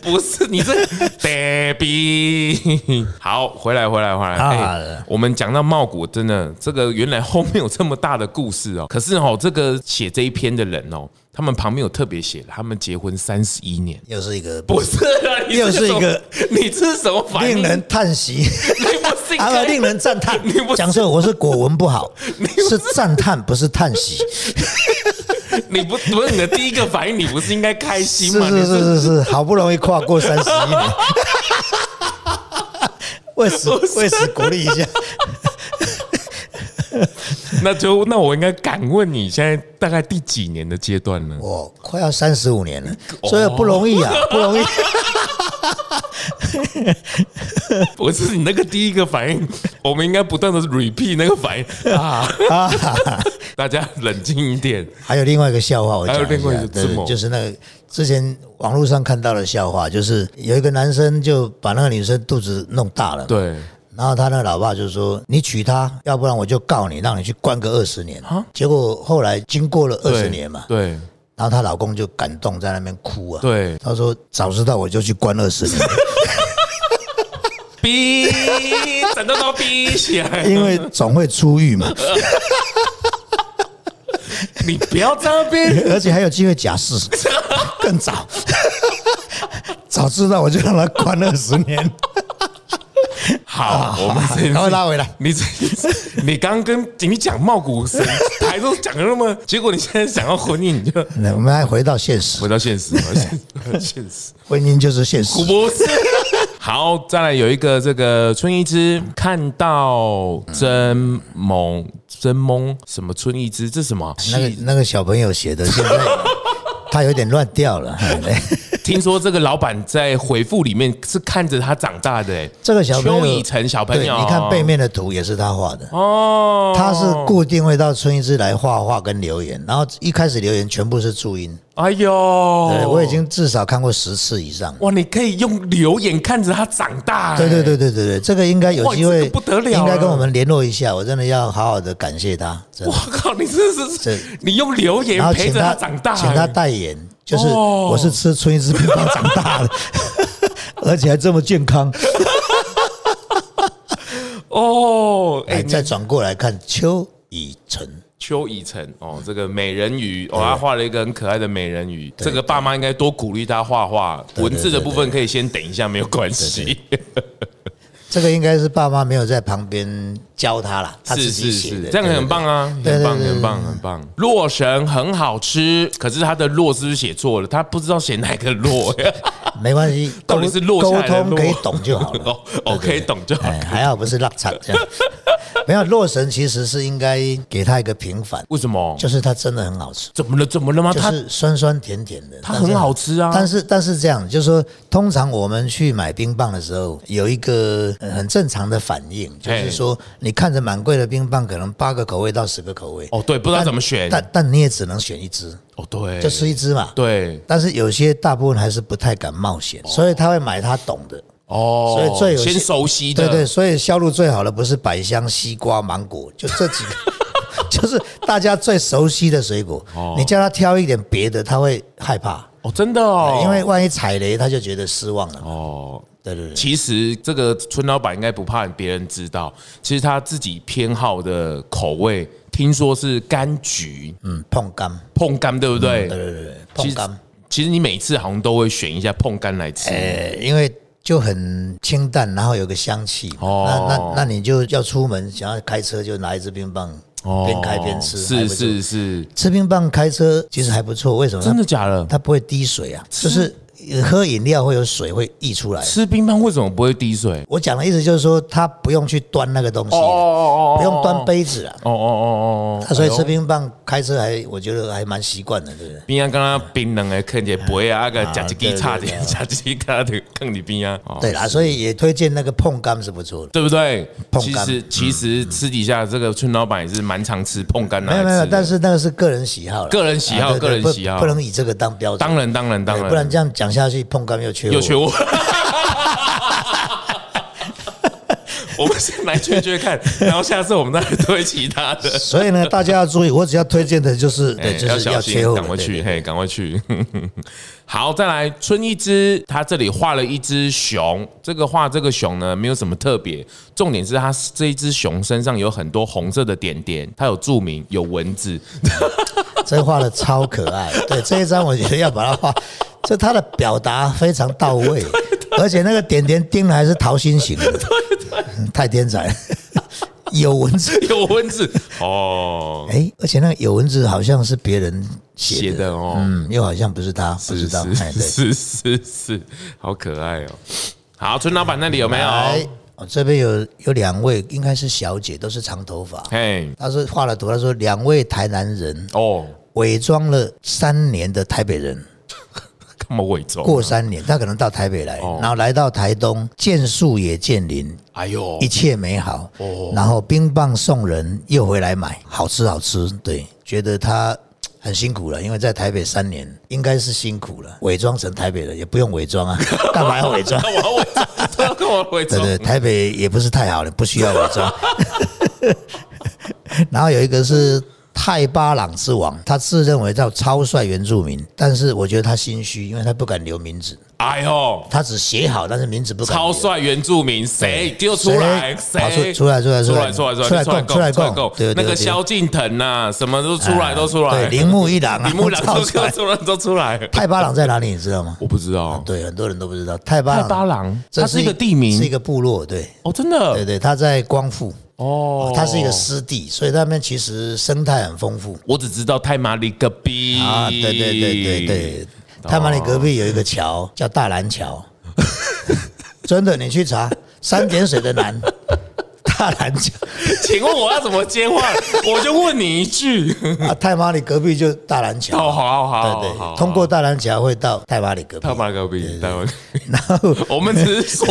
Speaker 2: 不是你这 baby。好，回来回来回来。
Speaker 1: 好
Speaker 2: 哎，我们讲到茂谷，真的这个原来后面有这么大的故事哦。可是哦，这个写这一篇的人哦，他们旁边有特别写，他们结婚三十一年。
Speaker 1: 又是一个
Speaker 2: 不是了，你
Speaker 1: 又
Speaker 2: 这
Speaker 1: 是一个
Speaker 2: 什么，你这是什么反应？
Speaker 1: 令人叹息。
Speaker 2: 你不是 应
Speaker 1: 啊，
Speaker 2: 该
Speaker 1: 不令人赞叹
Speaker 2: 你不。是
Speaker 1: 讲错，我是果文不 好，是赞叹，不是叹 息。
Speaker 2: 你不不是你的第一个反应，你不是应该开心
Speaker 1: 是
Speaker 2: 吗？
Speaker 1: 是
Speaker 2: 你
Speaker 1: 是是是，好不容易跨过三十一 年，为此为此鼓励一 下。
Speaker 2: 那就那我应该敢问你，现在大概第几年的阶段呢？
Speaker 1: 我快要三十五年了，所以不容易啊，不容易。
Speaker 2: 不是你那个第一个反应，我们应该不断的 repeat 那个反应啊，
Speaker 1: 啊，
Speaker 2: 大家冷静一点。
Speaker 1: 还有另外一个笑话，我讲一下
Speaker 2: 还有另外一个
Speaker 1: 对
Speaker 2: 字母
Speaker 1: 就是那个之前网络上看到的笑话，就是有一个男生就把那个女生肚子弄大了，
Speaker 2: 对，
Speaker 1: 然后他那个老爸就说：“你娶她，要不然我就告你，让你去关个二十年。”结果后来经过了二
Speaker 2: 对
Speaker 1: 十年嘛，
Speaker 2: 对
Speaker 1: 然后她老公就感动在那边哭啊。，
Speaker 2: 对，
Speaker 1: 他说：“早知道我就去关二十年，
Speaker 2: 逼，整个都逼起来。
Speaker 1: 因为总会出狱嘛，
Speaker 2: 你不要在那 边，
Speaker 1: 而且还有机会假释， 更早。 早知道我就让他关二十年。
Speaker 2: 好， 我们这
Speaker 1: 然后拉回来。
Speaker 2: 你这你刚刚跟你讲茂谷神台都讲的那么，结果你现在想要婚姻，你就
Speaker 1: 那我们还回到现实
Speaker 2: 回，到现实，回到现实回到现实，
Speaker 1: 婚姻就是现实
Speaker 2: 我。不是。好，再来有一个这个春一枝，看到真萌真萌什么春一枝，这什么？
Speaker 1: 那个那个小朋友写的， 现在他有点乱掉了。哎
Speaker 2: 听说这个老板在回复里面是看着他长大的、欸，
Speaker 1: 这个小朋
Speaker 2: 邱
Speaker 1: 友，
Speaker 2: 以晨小朋友，
Speaker 1: 对你看背面的图也是他画的，
Speaker 2: 哦，
Speaker 1: 他是固定会到春一枝来画画跟留言，然后一开始留言全部是注音，
Speaker 2: 哎呦，
Speaker 1: 对我已经至少看过十次以上。
Speaker 2: 哇，你可以用留言看着他长大、欸，
Speaker 1: 对对对对对对，这个应该有
Speaker 2: 哇
Speaker 1: 机会，
Speaker 2: 这个不得了了
Speaker 1: 应该跟我们联络一下，我真的要好好的感谢他，真的
Speaker 2: 我靠，你真的是
Speaker 1: 这
Speaker 2: 你用留言
Speaker 1: 然后
Speaker 2: 陪
Speaker 1: 请
Speaker 2: 着他长大，
Speaker 1: 请他代言，就是
Speaker 2: 哦
Speaker 1: 我是吃春枝冰棒长大的， 而且还这么健康。
Speaker 2: 哦，哎、
Speaker 1: 哎，再转过来看邱以晨，
Speaker 2: 邱以晨哦，这个美人鱼哦，他画了一个很可爱的美人鱼。这个爸妈应该多鼓励他画画，
Speaker 1: 对
Speaker 2: 文字的
Speaker 1: 对
Speaker 2: 部分可以先等一下，没有关系。
Speaker 1: 这个应该是爸妈没有在旁边教他啦，他自
Speaker 2: 是
Speaker 1: 己
Speaker 2: 是
Speaker 1: 写
Speaker 2: 是，
Speaker 1: 的，
Speaker 2: 这样
Speaker 1: 对
Speaker 2: 很。棒啊，
Speaker 1: 对
Speaker 2: 很
Speaker 1: 对
Speaker 2: 棒
Speaker 1: 对对
Speaker 2: 很棒很棒。洛神很好吃，可是他的洛是不是写错了？他不知道写哪个 洛，
Speaker 1: 对没关系，
Speaker 2: 到底是落下
Speaker 1: 沟
Speaker 2: 来的
Speaker 1: 通
Speaker 2: 落
Speaker 1: 可以懂就好了
Speaker 2: 哦。哦，可以懂就好。
Speaker 1: 哎，还好不是浪惨这样。 没有洛神其实是应该给他一个平反，
Speaker 2: 为什么？
Speaker 1: 就是它真的很好吃。
Speaker 2: 怎么了？怎么了吗？
Speaker 1: 就
Speaker 2: 他
Speaker 1: 是酸酸甜甜的，
Speaker 2: 啊它
Speaker 1: 但是
Speaker 2: 很好吃啊
Speaker 1: 但是但是这样，就是说，通常我们去买冰棒的时候，有一个呃很正常的反应，就
Speaker 2: 嘿
Speaker 1: 是说，你看着蛮贵的冰棒，可能八个口味到十个口味，
Speaker 2: 哦，对，不知道
Speaker 1: 但
Speaker 2: 怎么选。
Speaker 1: 但但你也只能选一支，
Speaker 2: 哦，对，
Speaker 1: 就吃一支嘛。。
Speaker 2: 对
Speaker 1: 但是有些大部分还是不太敢冒险，所以他会买他懂的。
Speaker 2: 哦，
Speaker 1: 所以最有
Speaker 2: 先
Speaker 1: 些
Speaker 2: 熟悉的，
Speaker 1: 对对，所以销路最好的不是百香、西瓜、芒果，就这几个， 就是大家最熟悉的水果。你叫他挑一点别的，他会害怕。
Speaker 2: 哦，真的哦，
Speaker 1: 因为万一踩雷，他就觉得失望了嘛。
Speaker 2: 哦，
Speaker 1: 对对对，
Speaker 2: 其实这个村老板应该不怕别人知道，其实他自己偏好的口味，听说是柑橘
Speaker 1: 嗯，碰柑，
Speaker 2: 碰柑，对不对？
Speaker 1: 对对对，
Speaker 2: 其
Speaker 1: 碰
Speaker 2: 实
Speaker 1: 柑，
Speaker 2: 其实你每次好像都会选一下碰柑来吃。
Speaker 1: 呃，因为就很清淡，然后有个香气嘛。
Speaker 2: 哦
Speaker 1: 那那那你就要出门，想要开车就拿一支冰棒，
Speaker 2: 哦
Speaker 1: 边开边吃，还
Speaker 2: 是
Speaker 1: 不错。
Speaker 2: 是是，
Speaker 1: 吃冰棒开车其实还不错，为什么？
Speaker 2: 真的假的？
Speaker 1: 它不会滴水啊，就是喝饮料会有水会溢出来。
Speaker 2: 吃冰棒为什么不会滴水？
Speaker 1: 我讲的意思就是说，它不用去端那个东西，啊
Speaker 2: 哦
Speaker 1: 不用端。杯子啊。
Speaker 2: 哦哦哦哦
Speaker 1: 啊
Speaker 2: 哦，
Speaker 1: 所以
Speaker 2: 哎呦
Speaker 1: 吃冰棒开车还，我觉得还蛮习惯的，对不对？
Speaker 2: 边啊，刚刚冰冷的啃一个杯 啊，那个夹
Speaker 1: 对
Speaker 2: 一支
Speaker 1: 对
Speaker 2: 叉子，
Speaker 1: 对
Speaker 2: 夹一支卡的啃你边啊。哦
Speaker 1: 对啦，所以也推荐那个碰柑是不错的。
Speaker 2: 对不对？
Speaker 1: 碰
Speaker 2: 其
Speaker 1: 柑
Speaker 2: 实其实私底下这个村老板也是蛮常吃碰柑拿
Speaker 1: 没
Speaker 2: 来
Speaker 1: 有
Speaker 2: 吃
Speaker 1: 没有，
Speaker 2: 的，
Speaker 1: 但是那个是个人喜好啦，
Speaker 2: 个人喜好
Speaker 1: 啊对对
Speaker 2: 个人
Speaker 1: 不
Speaker 2: 喜好
Speaker 1: 不能以这个当标准，
Speaker 2: 当然当然当
Speaker 1: 对
Speaker 2: 然，
Speaker 1: 不然这样讲下去，碰柑又缺货
Speaker 2: 又缺我。 我们先来缺缺看，然后下次我们再推其他的。
Speaker 1: 所以呢，大家要注意，我只要推荐的就是对，
Speaker 2: 哎
Speaker 1: 就
Speaker 2: 要
Speaker 1: 是
Speaker 2: 小
Speaker 1: 要
Speaker 2: 心
Speaker 1: 缺，货的，
Speaker 2: 赶快
Speaker 1: 对
Speaker 2: 去，嘿，赶快去。 好，再来春一只，他这里画了一只熊。这个画这个熊呢，没有什么特别，重点是它这一只熊身上有很多红色的点点，它有注明有文字。
Speaker 1: 这画的超可爱。 对，这一张我觉得要把它画，就它的表达非常到 位，而且那个点点盯的还是桃心形的，嗯太天才了。 有文字，
Speaker 2: 有文字哦，
Speaker 1: 哎，而且那个有文字好像是别人写
Speaker 2: 写
Speaker 1: 的，
Speaker 2: 的哦，
Speaker 1: 嗯，又好像不是他，不
Speaker 2: 是
Speaker 1: 知道，
Speaker 2: 是
Speaker 1: 哎，对。
Speaker 2: 是是是，好可爱哦。好，村老板那里有没
Speaker 1: 哎
Speaker 2: 有？，
Speaker 1: 我这边有有两位，应该是小姐，都是长头发。
Speaker 2: 嘿，
Speaker 1: 她是画了图，她说两位台南人
Speaker 2: 哦，
Speaker 1: 伪装了三年的台北人，
Speaker 2: 干嘛伪装？
Speaker 1: 过三年，她可能到台北来，
Speaker 2: 哦
Speaker 1: 然后来到台东，见树也见林，
Speaker 2: 哎呦
Speaker 1: 一，切美好。
Speaker 2: 哦
Speaker 1: 然后冰棒送人，又回来买，好吃好吃。对，觉得她。嘖很辛苦了，因为在台北三年，应该是辛苦了。伪装成台北人也不用伪 装啊，干嘛要伪装？
Speaker 2: 干嘛伪装？他干嘛伪
Speaker 1: 对
Speaker 2: 装？
Speaker 1: 对，台北也不是太好了，不需要伪装。 然后有一个是泰巴朗之王，他自认为叫超帅原住民，但是我觉得他心虚，因为他不敢留名字，
Speaker 2: 哎呦，
Speaker 1: 他只写好，但是名字不敢留。
Speaker 2: 超帅原住民，谁丢出
Speaker 1: 谁
Speaker 2: 来？
Speaker 1: 跑
Speaker 2: 谁
Speaker 1: 出出来出来
Speaker 2: 出
Speaker 1: 出
Speaker 2: 来
Speaker 1: 来
Speaker 2: 出来
Speaker 1: 出来
Speaker 2: 供
Speaker 1: 供出来
Speaker 2: 出来
Speaker 1: 供
Speaker 2: 供
Speaker 1: 对对
Speaker 2: 那个
Speaker 1: 对哎
Speaker 2: 萧敬腾呐，什么都出来都出来，
Speaker 1: 对， 铃木一朗啊，
Speaker 2: 铃木朗
Speaker 1: 超
Speaker 2: 都出来
Speaker 1: 帅。
Speaker 2: 出来都出来。
Speaker 1: 泰巴朗在哪里？你知道吗？
Speaker 2: 我不知道，
Speaker 1: 对，很多人都不知道泰巴
Speaker 2: 泰
Speaker 1: 朗。
Speaker 2: 巴朗，
Speaker 1: 这
Speaker 2: 它是一个地名
Speaker 1: 是一个部落。对，
Speaker 2: 哦，真
Speaker 1: 对
Speaker 2: 的
Speaker 1: 对，他在光复，
Speaker 2: 哦，
Speaker 1: 他是一个湿地，所以那边其实生态很丰富。
Speaker 2: 我只知道泰马里戈壁
Speaker 1: 啊，对对对对对，他们那隔壁有一个桥叫大蓝 桥，真的，你去查三点水的 蓝，大蓝桥
Speaker 2: 请问我要怎么接话？我就问你 一句。
Speaker 1: 啊，太妈里隔壁就大蓝
Speaker 2: 哦，
Speaker 1: 桥，
Speaker 2: 好好好，
Speaker 1: 对对，通过大蓝桥会到太妈里隔壁
Speaker 2: 泰，马里戈壁，台湾。
Speaker 1: 然 后
Speaker 2: 我们只是说，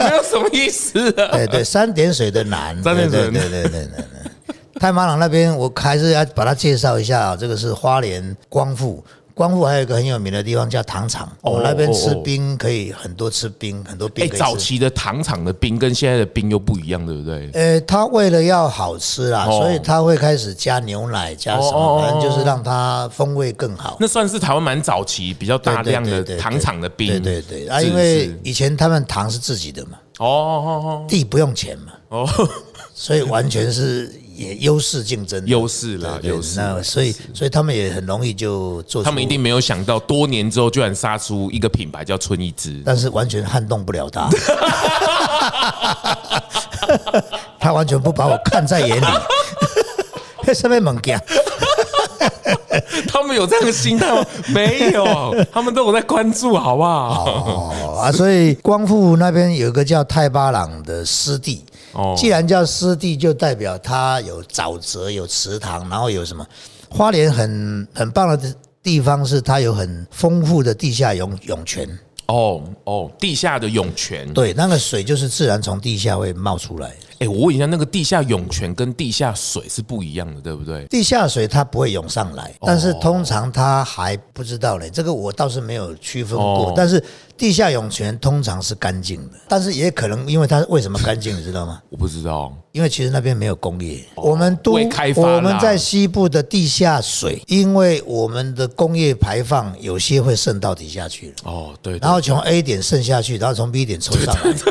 Speaker 2: 没有什么意思啊。
Speaker 1: 对 对，三点水的南，
Speaker 2: 三点水的
Speaker 1: 对对对对对对对。太马朗那边，我还是要把它介绍一下啊，这个是花莲光复。光复还有一个很有名的地方叫糖厂，我、
Speaker 2: 哦
Speaker 1: 那边吃
Speaker 2: 哦哦
Speaker 1: 冰可以很多吃冰，很多
Speaker 2: 哎、
Speaker 1: 冰可以吃。
Speaker 2: 早期的糖厂的冰跟现在的冰又不一样，对不对？
Speaker 1: 呃，他为了要好吃啦，
Speaker 2: 哦
Speaker 1: 所以他会开始加牛奶，加什
Speaker 2: 哦哦
Speaker 1: 么，
Speaker 2: 哦
Speaker 1: 反正就是让它风味更好。
Speaker 2: 那算是台湾蛮早期比较大量
Speaker 1: 对
Speaker 2: 的
Speaker 1: 对对对
Speaker 2: 糖厂的冰，
Speaker 1: 对对对，啊，
Speaker 2: 是
Speaker 1: 因为
Speaker 2: 是
Speaker 1: 以前他们糖是自己的嘛，
Speaker 2: 哦哦
Speaker 1: 地不用钱嘛，
Speaker 2: 哦哦，
Speaker 1: 所以完全是也优势竞争的，
Speaker 2: 优势啦
Speaker 1: 对，对
Speaker 2: 优势。
Speaker 1: 那所以所以他们也很容易就做出，
Speaker 2: 他们一定没有想到，多年之后居然杀出一个品牌叫春一 枝。
Speaker 1: 但是完全撼动不了他， 他完全不把我看在眼里。 什么猛件？
Speaker 2: 他们有这样的心态吗？没 有，他们都有在关注，好不好？
Speaker 1: 哦啊，所以光复那边有一个叫泰巴朗的湿地。
Speaker 2: 哦
Speaker 1: 既然叫湿地，就代表它有沼泽、有池塘，然后有什么？花莲很很棒的地方是它有很丰富的地下涌涌泉，
Speaker 2: 哦哦，地下的涌泉。
Speaker 1: 对，那个水就是自然从地下会冒出来的。
Speaker 2: 哎、我问一下，那个地下涌泉跟地下水是不一样的，对不对？
Speaker 1: 地下水它不会涌上来，
Speaker 2: 哦
Speaker 1: 但是通常它还不知道嘞，这个我倒是没有区分过。
Speaker 2: 哦
Speaker 1: 但是地下涌泉通常是干净的，但是也可能因为它为什么干净，你知道吗？
Speaker 2: 我不知道。
Speaker 1: 因为其实那边没有工业，我们都
Speaker 2: 哦未开发啦
Speaker 1: 我们在西部的地下水，因为我们的工业排放有些会渗到底下去了，
Speaker 2: 哦，对
Speaker 1: 然后从 A 点渗下去，然后从 B 点抽上来，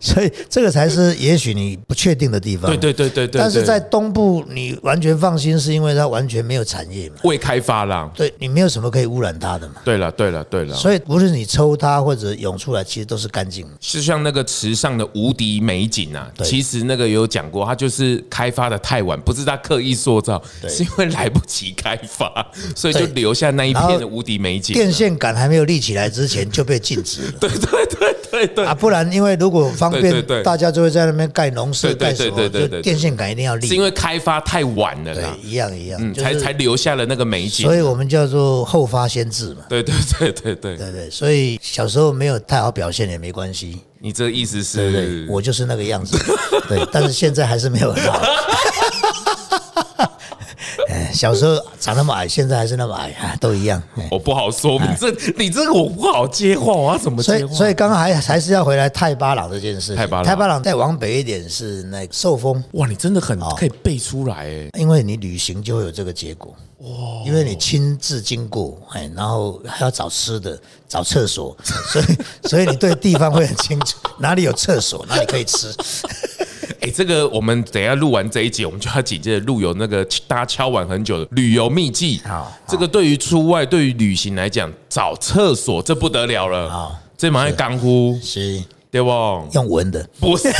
Speaker 1: 所以这个才是也许你不确定的地方。
Speaker 2: 对对对对对对。
Speaker 1: 但是在东部，你完全放心，是因为它完全没有产业嘛，
Speaker 2: 未开发啦。
Speaker 1: 对你没有什么可以污染它的嘛，
Speaker 2: 对了，对了，对了，
Speaker 1: 所以无论你抽它或者涌出来，其实都是干净的。
Speaker 2: 就像那个池上的无敌美景啊，
Speaker 1: 对
Speaker 2: 其实那个有讲过，它就是开发的太晚，不是它刻意塑造，
Speaker 1: 对
Speaker 2: 是因为来不及开发， 所以就
Speaker 1: 对
Speaker 2: 留下那一片
Speaker 1: 然
Speaker 2: 的
Speaker 1: 后
Speaker 2: 无敌美景。
Speaker 1: 电线杆还没有立起来之前就被禁止了。
Speaker 2: 对对对对对，
Speaker 1: 啊，不然因为如果方
Speaker 2: 对对
Speaker 1: 便
Speaker 2: 对，
Speaker 1: 大家就会在那边盖农舍、
Speaker 2: 对对
Speaker 1: 盖什
Speaker 2: 对对
Speaker 1: 么，
Speaker 2: 对对对
Speaker 1: 就电线杆一定要立
Speaker 2: 是，因为开发太晚了
Speaker 1: 对
Speaker 2: 啦，，
Speaker 1: 一样一样，
Speaker 2: 嗯，
Speaker 1: 就
Speaker 2: 才才
Speaker 1: 是
Speaker 2: 留下了那个美景
Speaker 1: 所。以我们叫做后发先至嘛，
Speaker 2: 对对对对对，
Speaker 1: 对不对？所以小时候没有太好表现也没关系，
Speaker 2: 你这意思
Speaker 1: 对不
Speaker 2: 是
Speaker 1: 对？，我就是那个样子，对， 但是现在还是没有很好。 哎，小时候长那么矮，现在还是那么矮，啊都一样。哎
Speaker 2: 我不好说，你这你这个我不好接话，我要怎么
Speaker 1: 所
Speaker 2: 接
Speaker 1: 以，
Speaker 2: 话？
Speaker 1: 所以刚刚还还是要回来泰巴朗这件事情。
Speaker 2: 泰巴朗
Speaker 1: 再往北一点是那个寿丰，
Speaker 2: 哇，你真的很
Speaker 1: 哦
Speaker 2: 可以背出来哎，
Speaker 1: 因为你旅行就会有这个结果，因为你亲自经过，哎，然后还要找吃的，找厕所， 所以所以你对地方会很清楚， 哪里有厕所，哪里可以吃。
Speaker 2: 哎，这个我们等一下录完这一集，我们就要紧接着录有那个大家敲碗很久的旅游秘籍。
Speaker 1: 好好
Speaker 2: 这个对于出外对于旅行来讲，找厕所这不得了了。
Speaker 1: 好
Speaker 2: 这马上干呼，
Speaker 1: 是
Speaker 2: 对不？
Speaker 1: 用闻的，
Speaker 2: 不 是，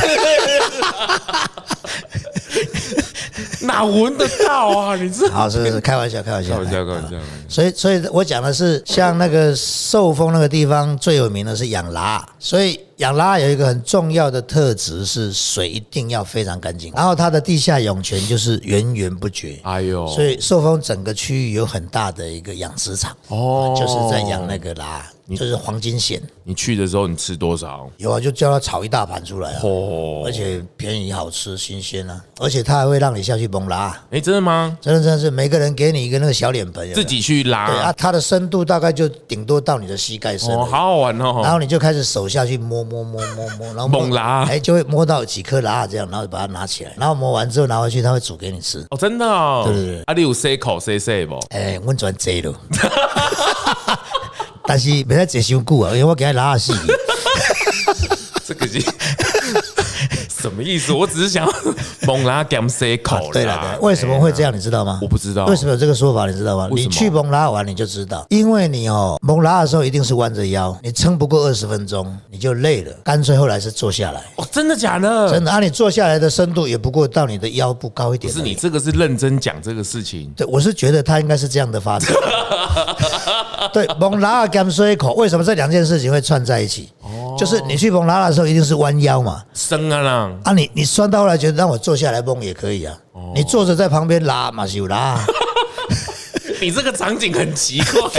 Speaker 2: 哪闻得到啊？你这
Speaker 1: 好，是是开玩笑，开玩笑，
Speaker 2: 开玩笑，开玩
Speaker 1: 哎。
Speaker 2: 笑。
Speaker 1: 所以，所以我讲的是，像那个寿丰那个地方最有名的是养拉，所以养拉有一个很重要的特质是水一定要非常干净，然后它的地下涌泉就是源源不绝。
Speaker 2: 哎呦，
Speaker 1: 所以寿丰整个区域有很大的一个养殖场，
Speaker 2: 哦
Speaker 1: 就是在养那个啦，就是黄金蚬，
Speaker 2: 你去的时候你吃多少？
Speaker 1: 有啊，就叫它炒一大盘出来啊，
Speaker 2: 哦，
Speaker 1: 而且便宜好吃新鲜啊，而且它还会让你下去崩拉，
Speaker 2: 哎，真的吗？
Speaker 1: 真的真的是每个人给你一个那个小脸盆，有没有
Speaker 2: 自己去
Speaker 1: 对啊，
Speaker 2: 拉，哦
Speaker 1: 它的深度大概就顶多到你的膝盖深而已。
Speaker 2: 哦，好好玩
Speaker 1: 然后
Speaker 2: 哦。
Speaker 1: 你就开始手下去摸摸摸摸摸，然后摸
Speaker 2: 猛拉
Speaker 1: 哎，就会摸到几颗拉这样，然后把它拿起来，然后摸完之后拿回去，它会煮给你吃。
Speaker 2: 哦，真的哦，
Speaker 1: 对对对
Speaker 2: 啊，你有 C 口 C C 不？
Speaker 1: 诶、阮哎全坐咯，但是袂使坐伤久啊，因为我今日拉死去。
Speaker 2: 这个是 什么意思？我只是 想要猛拉点 C 口
Speaker 1: 对了，对啦为什么会这样？你知道吗
Speaker 2: 哎我？不知道
Speaker 1: 为什么有这个说法？你知道吗？
Speaker 2: 为什
Speaker 1: 你
Speaker 2: 么
Speaker 1: 去蒙拉玩你就知道，因为你哦，蒙拉的时候一定是弯着腰，你撑不过二十分钟你就累了，干脆后来是坐下来。
Speaker 2: 哦，真的假的？
Speaker 1: 真的啊，你坐下来的深度也不过到你的腰部高一点。
Speaker 2: 是你。这个是认真讲这个事情，
Speaker 1: 对，我是觉得它应该是这样的 发展。对，蒙拉尔甘水口为什么这两件事情会串在一起？
Speaker 2: 哦
Speaker 1: 就是你去蒙拉尔的时候一定是弯腰嘛，
Speaker 2: 生啊啦，
Speaker 1: 啊你，你酸到后来觉得让我坐下来蹦也可以啊，
Speaker 2: 哦
Speaker 1: 你坐着在旁边拉嘛是有拉 啊，
Speaker 2: 你这个场景很奇 怪，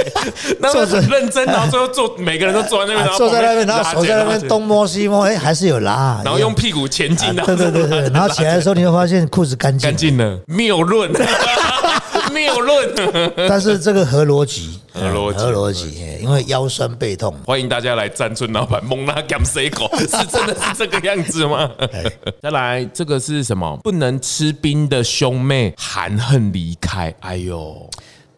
Speaker 2: 那
Speaker 1: 坐
Speaker 2: 么
Speaker 1: 着
Speaker 2: 很认真，然后最后 坐，每个人都坐在那边，然
Speaker 1: 啊
Speaker 2: 后
Speaker 1: 坐在那边，然
Speaker 2: 旁
Speaker 1: 后手在那边，东
Speaker 2: 拉
Speaker 1: 摸西摸，哎，还是有拉啊，
Speaker 2: 起来然后用屁股前
Speaker 1: 一
Speaker 2: 进，
Speaker 1: 样
Speaker 2: 然
Speaker 1: 啊对
Speaker 2: 后
Speaker 1: 对对对，然后起来的时候你会发现裤子干净
Speaker 2: 干，净了，谬论，谬谬论。
Speaker 1: 但是这个合逻辑，
Speaker 2: 合逻辑
Speaker 1: 合逻辑，哎因为腰酸背痛，
Speaker 2: 欢迎大家来赞村老板蒙拉甘塞狗，是真的是这个样子吗？
Speaker 1: 哎
Speaker 2: 再来，这个是什么？不能吃冰的兄妹含恨离开。哎呦，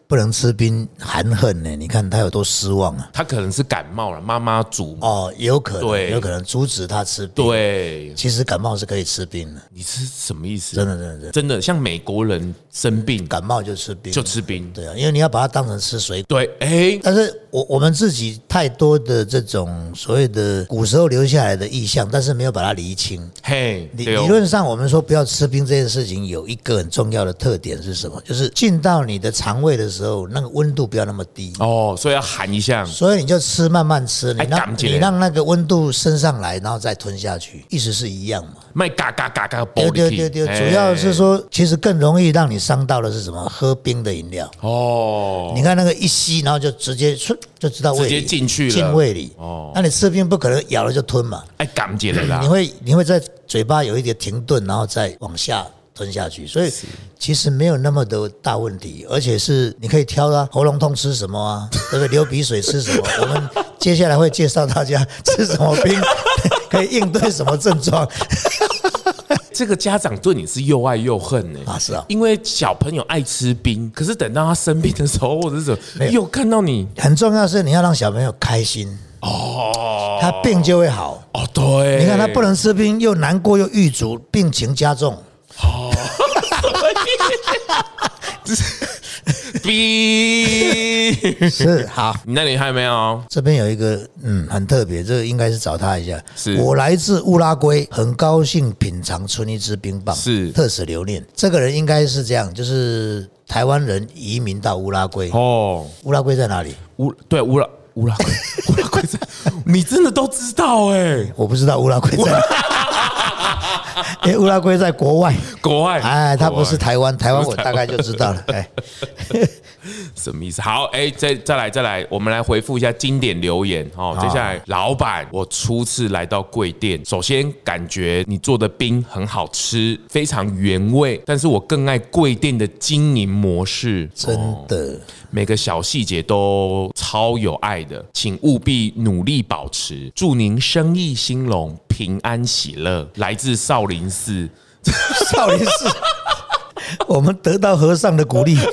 Speaker 1: 不能吃冰，含恨呢。你看他有多失望啊！
Speaker 2: 他可能是感冒了，妈妈煮。
Speaker 1: 哦，有可能，
Speaker 2: 对
Speaker 1: 有可能阻止他吃冰。，
Speaker 2: 对，
Speaker 1: 其实感冒是可以吃冰的，
Speaker 2: 你是什么意思？
Speaker 1: 真的，真的，真的，
Speaker 2: 真的像美国人生病
Speaker 1: 感冒就吃冰，
Speaker 2: 就吃冰。
Speaker 1: 对啊，因为你要把它当成吃水果。
Speaker 2: 对，哎，
Speaker 1: 但是我我们自己太多的这种所谓的古时候留下来的意象，但是没有把它厘清。
Speaker 2: 嘿，
Speaker 1: 理
Speaker 2: 对哦
Speaker 1: 理论上，我们说不要吃冰这件事情，有一个很重要的特点是什么？就是进到你的肠胃的时候，那个温度不要那么低，
Speaker 2: 哦，所以要含一下。
Speaker 1: 所以你就吃慢慢吃，你
Speaker 2: 哎
Speaker 1: 让
Speaker 2: 感觉
Speaker 1: 你让那个温度升上来，然后再吞下去，意思是一样嘛？
Speaker 2: 卖嘎嘎嘎嘎玻
Speaker 1: 对
Speaker 2: 璃
Speaker 1: 对
Speaker 2: 器
Speaker 1: 对对，
Speaker 2: 哎
Speaker 1: 主要是说，其实更容易让你伤到的是什么？喝冰的饮料，
Speaker 2: 哦，
Speaker 1: 你看那个一吸，然后就直接唰就知道胃里
Speaker 2: 直接进去了
Speaker 1: 进胃里。
Speaker 2: 哦
Speaker 1: 哦，那你吃冰不可能咬了就吞嘛，
Speaker 2: 哎，感觉了啦
Speaker 1: 你。会你会在嘴巴有一点停顿，然后再往下吞下去，所以其实没有那么的大问题，而且是你可以挑啊，喉咙痛吃什么啊，对不对？流鼻水吃什 么？我们接下来会介绍大家吃什么冰， 可以应对什么症状。
Speaker 2: 这个家长对你是又爱又恨呢、
Speaker 1: 啊是啊
Speaker 2: 因为小朋友爱吃冰，可是等到他生病的时候，或者是什么，
Speaker 1: 有
Speaker 2: 又看到你
Speaker 1: 很重要是你要让小朋友开心，
Speaker 2: 哦，
Speaker 1: 他病就会好。
Speaker 2: 哦，对，
Speaker 1: 你看他不能吃冰，又难过又郁卒，病情加重。
Speaker 2: 冰。
Speaker 1: 是好。
Speaker 2: 你那里还有没有？
Speaker 1: 这边有一个，嗯，很特别，这个应该是找他一下。
Speaker 2: 是
Speaker 1: 我来自乌拉圭，很高兴品尝春一支冰棒，
Speaker 2: 是
Speaker 1: 特此留念。这个人应该是这样，就是台湾人移民到乌拉圭。
Speaker 2: 哦，
Speaker 1: 乌拉圭在哪里？
Speaker 2: 乌对乌拉乌拉圭乌拉圭在，你真的都知道哎、
Speaker 1: 我不知道乌拉圭在 哪里，因为乌拉圭在国外。
Speaker 2: 国外
Speaker 1: 哎，他不是
Speaker 2: 国外
Speaker 1: 台湾，台湾我大概就知道了。哎，
Speaker 2: 哦什么意思？好，哎、再再来再来，我们来回复一下经典留言哦。接下来，老板，我初次来到贵店，首先感觉你做的冰很好吃，非常原味，但是我更爱贵店的经营模式，
Speaker 1: 真
Speaker 2: 哦
Speaker 1: 的，
Speaker 2: 每个小细节都超有爱的，请务必努力保持。祝您生意兴隆，平安喜乐。来自少林寺，
Speaker 1: 少林寺，我们得到和尚的鼓励，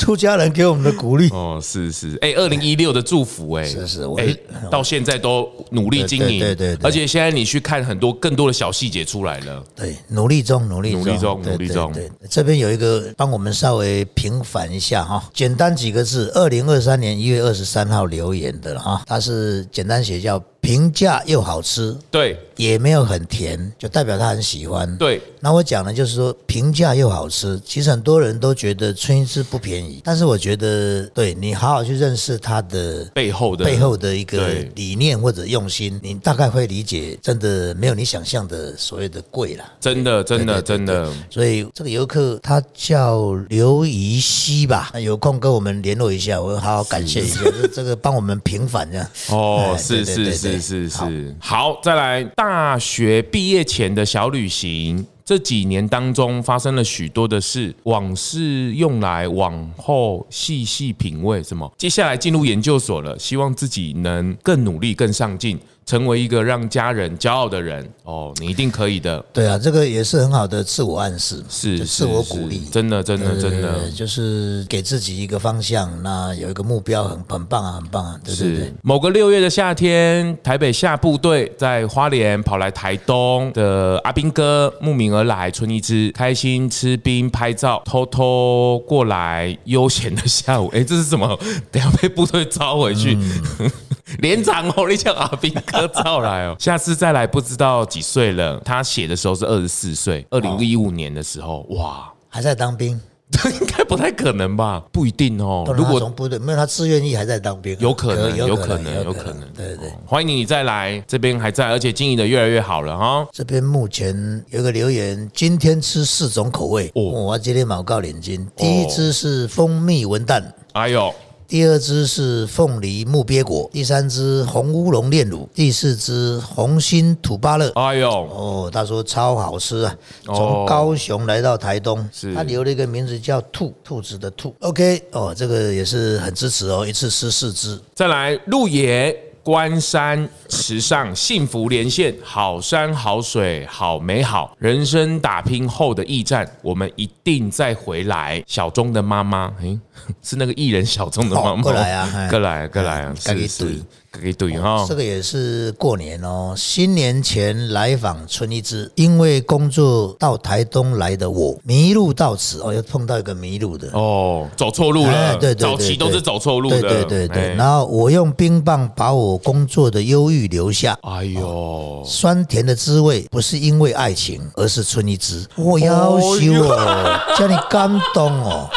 Speaker 1: 出家人给我们的鼓励。
Speaker 2: 哦，是是，哎、2二零一六的祝福、哎，
Speaker 1: 是是我
Speaker 2: 哎、到现在都努力经营，
Speaker 1: 对对对对对
Speaker 2: 而且现在你去看很多更多的小细节出来了，
Speaker 1: 对，努力中，努力中，
Speaker 2: 努力中
Speaker 1: 对
Speaker 2: 努力中
Speaker 1: 对，对这边有一个帮我们稍微平反一下哈，简单几个字，二零二三年一月二十三号留言的了哈，它是简单写叫平价又好吃，
Speaker 2: 对
Speaker 1: 也没有很甜，就代表他很喜欢。，
Speaker 2: 对，
Speaker 1: 那我讲的就是说平价又好吃，其实很多人都觉得春一枝不便宜，但是我觉得对你好好去认识它的
Speaker 2: 背后的
Speaker 1: 背后的一个
Speaker 2: 对
Speaker 1: 理念或者用心，你大概会理解，真的没有你想象的所谓的贵啦。
Speaker 2: 真的真的真的，
Speaker 1: 所以这个游客他叫刘怡希吧，那有空跟我们联络一下，我好好感谢一下，这这个帮我们平反这样。
Speaker 2: 哦，
Speaker 1: 哎
Speaker 2: 是
Speaker 1: 对对
Speaker 2: 是
Speaker 1: 对
Speaker 2: 是
Speaker 1: 对
Speaker 2: 是
Speaker 1: 好
Speaker 2: 是，好，再来大学毕业前的小旅行。这几年当中发生了许多的事，往事用来往后细细品味。什么？接下来进入研究所了，希望自己能更努力、更上进，成为一个让家人骄傲的人。哦，你一定可以的，
Speaker 1: 对啊，这个也是很好的自我暗示嘛，
Speaker 2: 是
Speaker 1: 就是自我
Speaker 2: 是
Speaker 1: 鼓励。
Speaker 2: 真的，真的，
Speaker 1: 对
Speaker 2: 真
Speaker 1: 对
Speaker 2: 的
Speaker 1: 对，。就是给自己一个方向，那有一个目标，很很棒啊，很棒啊，对对
Speaker 2: 是
Speaker 1: 对。
Speaker 2: 某个六月的夏天，台北下部队在花莲跑来台东的阿兵哥慕名而来，春一枝开心吃冰拍照，偷偷过来悠闲的下午。哎， 这是什么？等一下被部队招回去。
Speaker 1: 嗯
Speaker 2: 连长哦，你叫阿兵哥照来 哦，下次再来不知道几岁了。他写的时候是二十四岁，二零一五年的时候，哇，
Speaker 1: 还在当兵，
Speaker 2: 这应该不太可能吧？不一定哦
Speaker 1: 不。然
Speaker 2: 如
Speaker 1: 他
Speaker 2: 果
Speaker 1: 从部队没有他自愿意还在当兵啊，
Speaker 2: 有可能，有
Speaker 1: 有
Speaker 2: 可能，有可能，
Speaker 1: 对对。
Speaker 2: 哦欢迎你再来，这边还在，而且经营的越来越好了哈。
Speaker 1: 这边目前有个留言，今天吃四种口味。
Speaker 2: 哦
Speaker 1: 我今天毛告脸筋，第一只是蜂蜜文旦，
Speaker 2: 哎呦，
Speaker 1: 第二支是凤梨木鳖果，第三支红乌龙炼乳，第四支红心土芭乐。
Speaker 2: 哎呦，
Speaker 1: 哦，他说超好吃啊！
Speaker 2: 哦
Speaker 1: 从高雄来到台东，
Speaker 2: 是
Speaker 1: 他留了一个名字叫“兔”，兔子的“兔”。OK，哦，这个也是很支持哦，一次吃四支。
Speaker 2: 再来鹿野、关山、时尚、幸福连线，好山好水好美好，人生打拼后的驿站，我们一定再回来。小钟的妈妈，诶、 是那个艺人小钟的妈
Speaker 1: 哦
Speaker 2: 妈，
Speaker 1: 过来啊哎
Speaker 2: 过来，过来啊，
Speaker 1: 自己
Speaker 2: 是是，给对哈
Speaker 1: 这。个也哦是过年哦，新年前来访村一支，因为工作到台东来的我迷路到此，哦，又碰到一个迷路的。
Speaker 2: 哦，走错路
Speaker 1: 哎
Speaker 2: 了，
Speaker 1: 对对对
Speaker 2: 早期都是走错路的，
Speaker 1: 对对对
Speaker 2: 哎
Speaker 1: 对，然后我用冰棒把我工作的忧郁留下，
Speaker 2: 哎呦，
Speaker 1: 酸甜的滋味不是因为爱情，而是春一枝。我要求哦，叫你感动哦。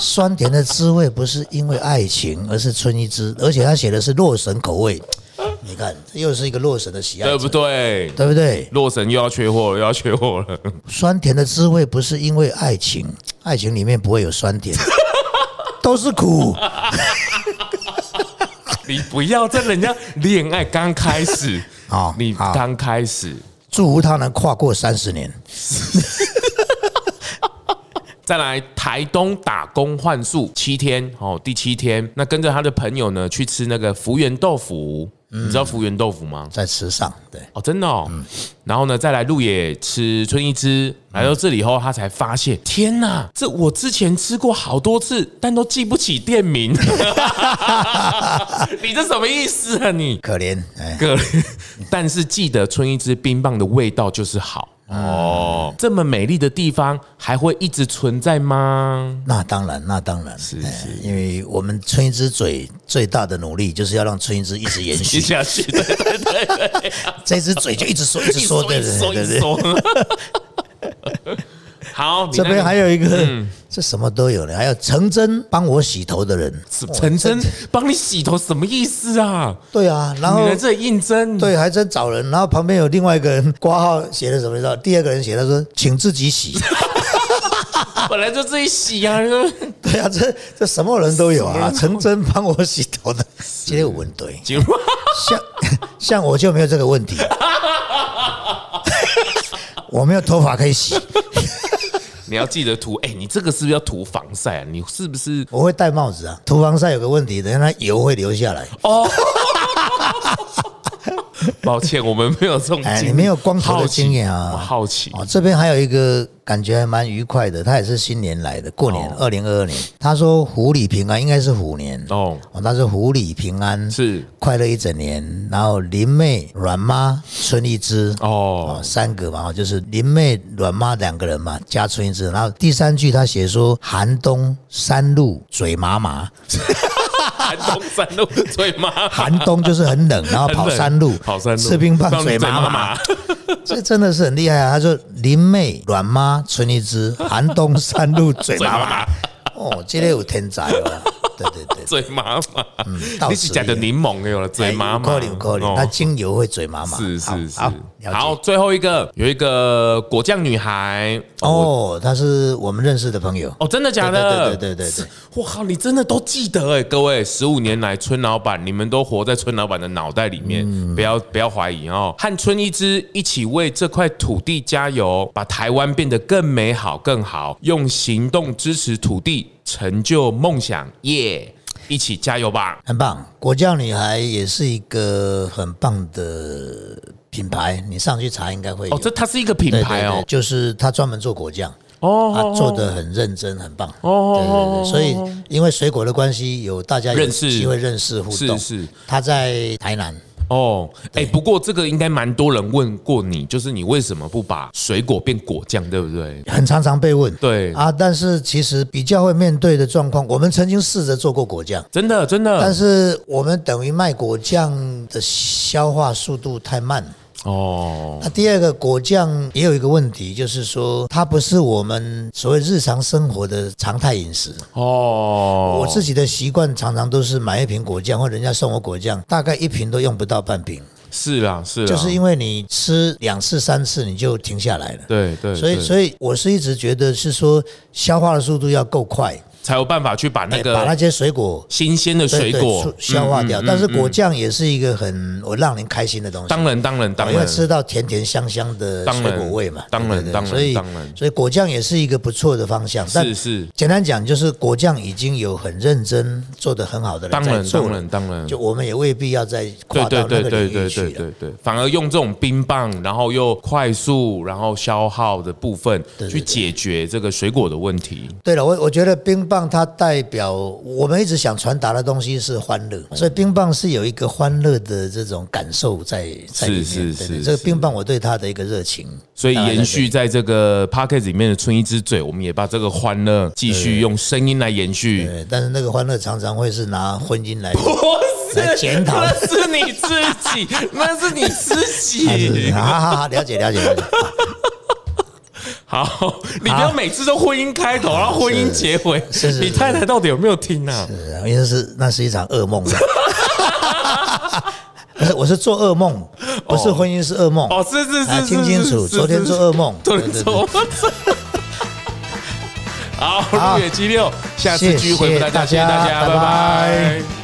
Speaker 1: 酸甜的滋味不是因为爱情，而是春一枝。而且他写的是洛神口味，你看，这又是一个洛神的喜爱
Speaker 2: 对
Speaker 1: 者，
Speaker 2: 不对？
Speaker 1: 对不对？
Speaker 2: 洛神又要缺货了，又要缺货了。
Speaker 1: 酸甜的滋味不是因为爱情，爱情里面不会有酸 甜，都是苦。
Speaker 2: 你不要在人家恋爱刚开始
Speaker 1: 好
Speaker 2: 你
Speaker 1: 好
Speaker 2: 刚开始。
Speaker 1: 祝福他能跨过三十年。
Speaker 2: 再来台东打工换宿七天哦，第七天，那跟着他的朋友呢去吃那个福源豆腐，你知道福源豆腐吗？
Speaker 1: 在池上，对，
Speaker 2: 哦，真的哦。
Speaker 1: 嗯
Speaker 2: 然后呢，再来鹿野吃春一枝，来到这里后，他才发现，天哪，这我之前吃过好多次，但都记不起店名。 你这什么意思啊你？
Speaker 1: 可怜哎，
Speaker 2: 个， 但是记得春一枝冰棒的味道就是好。哦，这么美丽的地方还会一直存在吗？
Speaker 1: 那当然，那当然，
Speaker 2: 是
Speaker 1: 哎
Speaker 2: 是
Speaker 1: 因为我们春一枝嘴最大的努力就是要让春一枝一直延
Speaker 2: 接
Speaker 1: 续，
Speaker 2: 下去，对对对对，
Speaker 1: 这只嘴就一直说，一直
Speaker 2: 一
Speaker 1: 说，
Speaker 2: 说
Speaker 1: 对
Speaker 2: 一
Speaker 1: 对
Speaker 2: 说
Speaker 1: 对
Speaker 2: 一
Speaker 1: 对对。
Speaker 2: 说。 好，你
Speaker 1: 这
Speaker 2: 那
Speaker 1: 边
Speaker 2: 个
Speaker 1: 还有一个，
Speaker 2: 嗯
Speaker 1: 这什么都有了，还有陈真帮我洗头的人，
Speaker 2: 陈真帮你洗头什么意思啊？
Speaker 1: 对啊，然
Speaker 2: 你
Speaker 1: 后
Speaker 2: 来这里应征，
Speaker 1: 对还真找人，然后旁边有另外一个人挂号写的什么你知道？第二个人写他说请自己洗，
Speaker 2: 本来就自己洗啊。 你说
Speaker 1: 对啊，这这什么人都有啊，陈真帮我洗头的，今天有问对，
Speaker 2: 结果
Speaker 1: 像 像我就没有这个问题， 我没有头发可以洗，
Speaker 2: 你要记得涂，哎，你这个是不是要涂防晒啊？你是不是
Speaker 1: 我会戴帽子啊。涂防晒有个问题，等下它油会流下来。
Speaker 2: 哦，抱歉，我们没有这种经
Speaker 1: 哎，
Speaker 2: 历，
Speaker 1: 你没有光头的经验啊？
Speaker 2: 我好奇
Speaker 1: 哦，这边还有一个感觉还蛮愉快的，他也是新年来的，过
Speaker 2: 哦
Speaker 1: 年二零二二年。他说虎里平安，应该是虎年哦。
Speaker 2: 哦，
Speaker 1: 他说虎里平安
Speaker 2: 是
Speaker 1: 快乐一整年。然后林妹、阮妈、孙一枝
Speaker 2: 哦
Speaker 1: 哦，三个嘛，就是林妹、阮妈两个人嘛，加春一枝。然后第三句他写说寒冬山路嘴麻麻，
Speaker 2: 寒冬山路最麻烦，
Speaker 1: 寒冬就是很 冷，然后跑山路，
Speaker 2: 跑山路
Speaker 1: 吃冰棒嘴麻麻。
Speaker 2: 麻，
Speaker 1: 这真的是很厉害啊！他说林妹、阮妈、春一枝、寒冬山 路嘴麻麻，哦，这类有天才哦。对对对，
Speaker 2: 最 麻烦。
Speaker 1: 到
Speaker 2: 你
Speaker 1: 此嗯
Speaker 2: 是
Speaker 1: 一
Speaker 2: 讲的
Speaker 1: 游
Speaker 2: 柠檬有了嘴麻麻，
Speaker 1: 哎有可能有可能，
Speaker 2: 哦
Speaker 1: 那精油会嘴麻麻。
Speaker 2: 是
Speaker 1: 好
Speaker 2: 是是
Speaker 1: 好，了解
Speaker 2: 好，最后一个有一个果酱女孩哦。
Speaker 1: 哦，他是我们认识的朋友。
Speaker 2: 哦，真的假的？
Speaker 1: 对对对对对对
Speaker 2: 是，我靠，你真的都记得哎！各位，十五年来，村老板，你们都活在村老板的脑袋里面，
Speaker 1: 嗯
Speaker 2: 不要不要怀疑哦。和村一枝一起为这块土地加油，把台湾变得更美好、更好，用行动支持土地，成就梦想，耶！一起加油吧！
Speaker 1: 很棒，果酱女孩也是一个很棒的品牌，你上去查应该会有。
Speaker 2: 哦，这它是一个品
Speaker 1: 对对
Speaker 2: 牌
Speaker 1: 对
Speaker 2: 哦，
Speaker 1: 就是他专门做果酱。
Speaker 2: 哦
Speaker 1: 他做的很认真，很棒。
Speaker 2: 哦
Speaker 1: 哦，对对对，所以因为水果的关系，有大家有
Speaker 2: 认识
Speaker 1: 机会认识互动。
Speaker 2: 是是，
Speaker 1: 他在台南，
Speaker 2: 哦，哎、不过这个应该蛮多人问过你，就是你为什么不把水果变果酱，对不对？
Speaker 1: 很常常被问。
Speaker 2: 对
Speaker 1: 啊，但是其实比较会面对的状况，我们曾经试着做过果酱，
Speaker 2: 真的真
Speaker 1: 但
Speaker 2: 的
Speaker 1: 是我们等于卖果酱的消化速度太慢。
Speaker 2: 哦，
Speaker 1: 那第二个果酱也有一个问题，就是说它不是我们所谓日常生活的常态饮食。
Speaker 2: 哦，
Speaker 1: 我自己的习惯常常都是买一瓶果酱，或人家送我果酱，大概一瓶都用不到半瓶，
Speaker 2: 是啦是啦，
Speaker 1: 就是因为你吃两次三次你就停下来了。
Speaker 2: 对对，
Speaker 1: 所以，
Speaker 2: 对
Speaker 1: 所以我是一直觉得是说消化的速度要够快，
Speaker 2: 才有办法去把那
Speaker 1: 哎把那
Speaker 2: 个
Speaker 1: 些水果
Speaker 2: 新鲜的
Speaker 1: 对
Speaker 2: 水
Speaker 1: 对
Speaker 2: 果
Speaker 1: 出消化掉。
Speaker 2: 嗯嗯
Speaker 1: 但是
Speaker 2: 嗯
Speaker 1: 果酱也是一个很我让人开心的东西。
Speaker 2: 当然当然当
Speaker 1: 因为
Speaker 2: 然，
Speaker 1: 吃到甜甜香香的
Speaker 2: 当
Speaker 1: 水
Speaker 2: 然
Speaker 1: 果味嘛，
Speaker 2: 当然
Speaker 1: 对对对
Speaker 2: 当然
Speaker 1: 所以
Speaker 2: 当然
Speaker 1: 所以果酱也是一个不错的方向。但
Speaker 2: 是是，
Speaker 1: 简单讲，就是果酱已经有很认真做得很好的人
Speaker 2: 当
Speaker 1: 在
Speaker 2: 然
Speaker 1: 做
Speaker 2: 当
Speaker 1: 了
Speaker 2: 然，当然，
Speaker 1: 就我们也未必要再
Speaker 2: 对
Speaker 1: 跨
Speaker 2: 对
Speaker 1: 到那
Speaker 2: 对
Speaker 1: 个
Speaker 2: 对
Speaker 1: 领域
Speaker 2: 对
Speaker 1: 去
Speaker 2: 对
Speaker 1: 了。
Speaker 2: 对对，反而用这种冰棒，然后又快速，然后消耗的部分
Speaker 1: 对对
Speaker 2: 去解决这个水果的问题。
Speaker 1: 对了，我我觉得冰棒它代表我们一直想传达的东西是欢乐，所以冰棒是有一个欢乐的这种感受在在里面。
Speaker 2: 是是
Speaker 1: 对对
Speaker 2: 是
Speaker 1: 这个冰棒我对它的一个热情，
Speaker 2: 所以
Speaker 1: 当然
Speaker 2: 延续在这个 p o c k e t 里面的春一之嘴，我们也把这个欢乐继续用声音来延续。
Speaker 1: 对，但是那个欢乐常常会是拿婚姻 来。
Speaker 2: 不
Speaker 1: 来
Speaker 2: 是，
Speaker 1: 检讨
Speaker 2: 那是你自己， 那是你自己。
Speaker 1: 好好好，了解了解了解。
Speaker 2: 好，你不要每次都婚姻开头，然后婚姻结尾
Speaker 1: 是是，
Speaker 2: 你太太到底有没有听啊？
Speaker 1: 对因为是那是一场噩梦。 不是，我是做噩梦，不是婚姻是噩梦。
Speaker 2: 哦，是是
Speaker 1: 啊
Speaker 2: 是，
Speaker 1: 听清楚，
Speaker 2: 是是
Speaker 1: 昨天
Speaker 2: 是
Speaker 1: 做噩梦，
Speaker 2: 昨天
Speaker 1: 对对
Speaker 2: 做噩梦。 好，
Speaker 1: 好
Speaker 2: 入野七六，下次
Speaker 1: 谢
Speaker 2: 聚会
Speaker 1: 谢
Speaker 2: 大家，
Speaker 1: 大
Speaker 2: 谢谢大
Speaker 1: 家
Speaker 2: 家，
Speaker 1: 拜
Speaker 2: 拜
Speaker 1: 拜
Speaker 2: 拜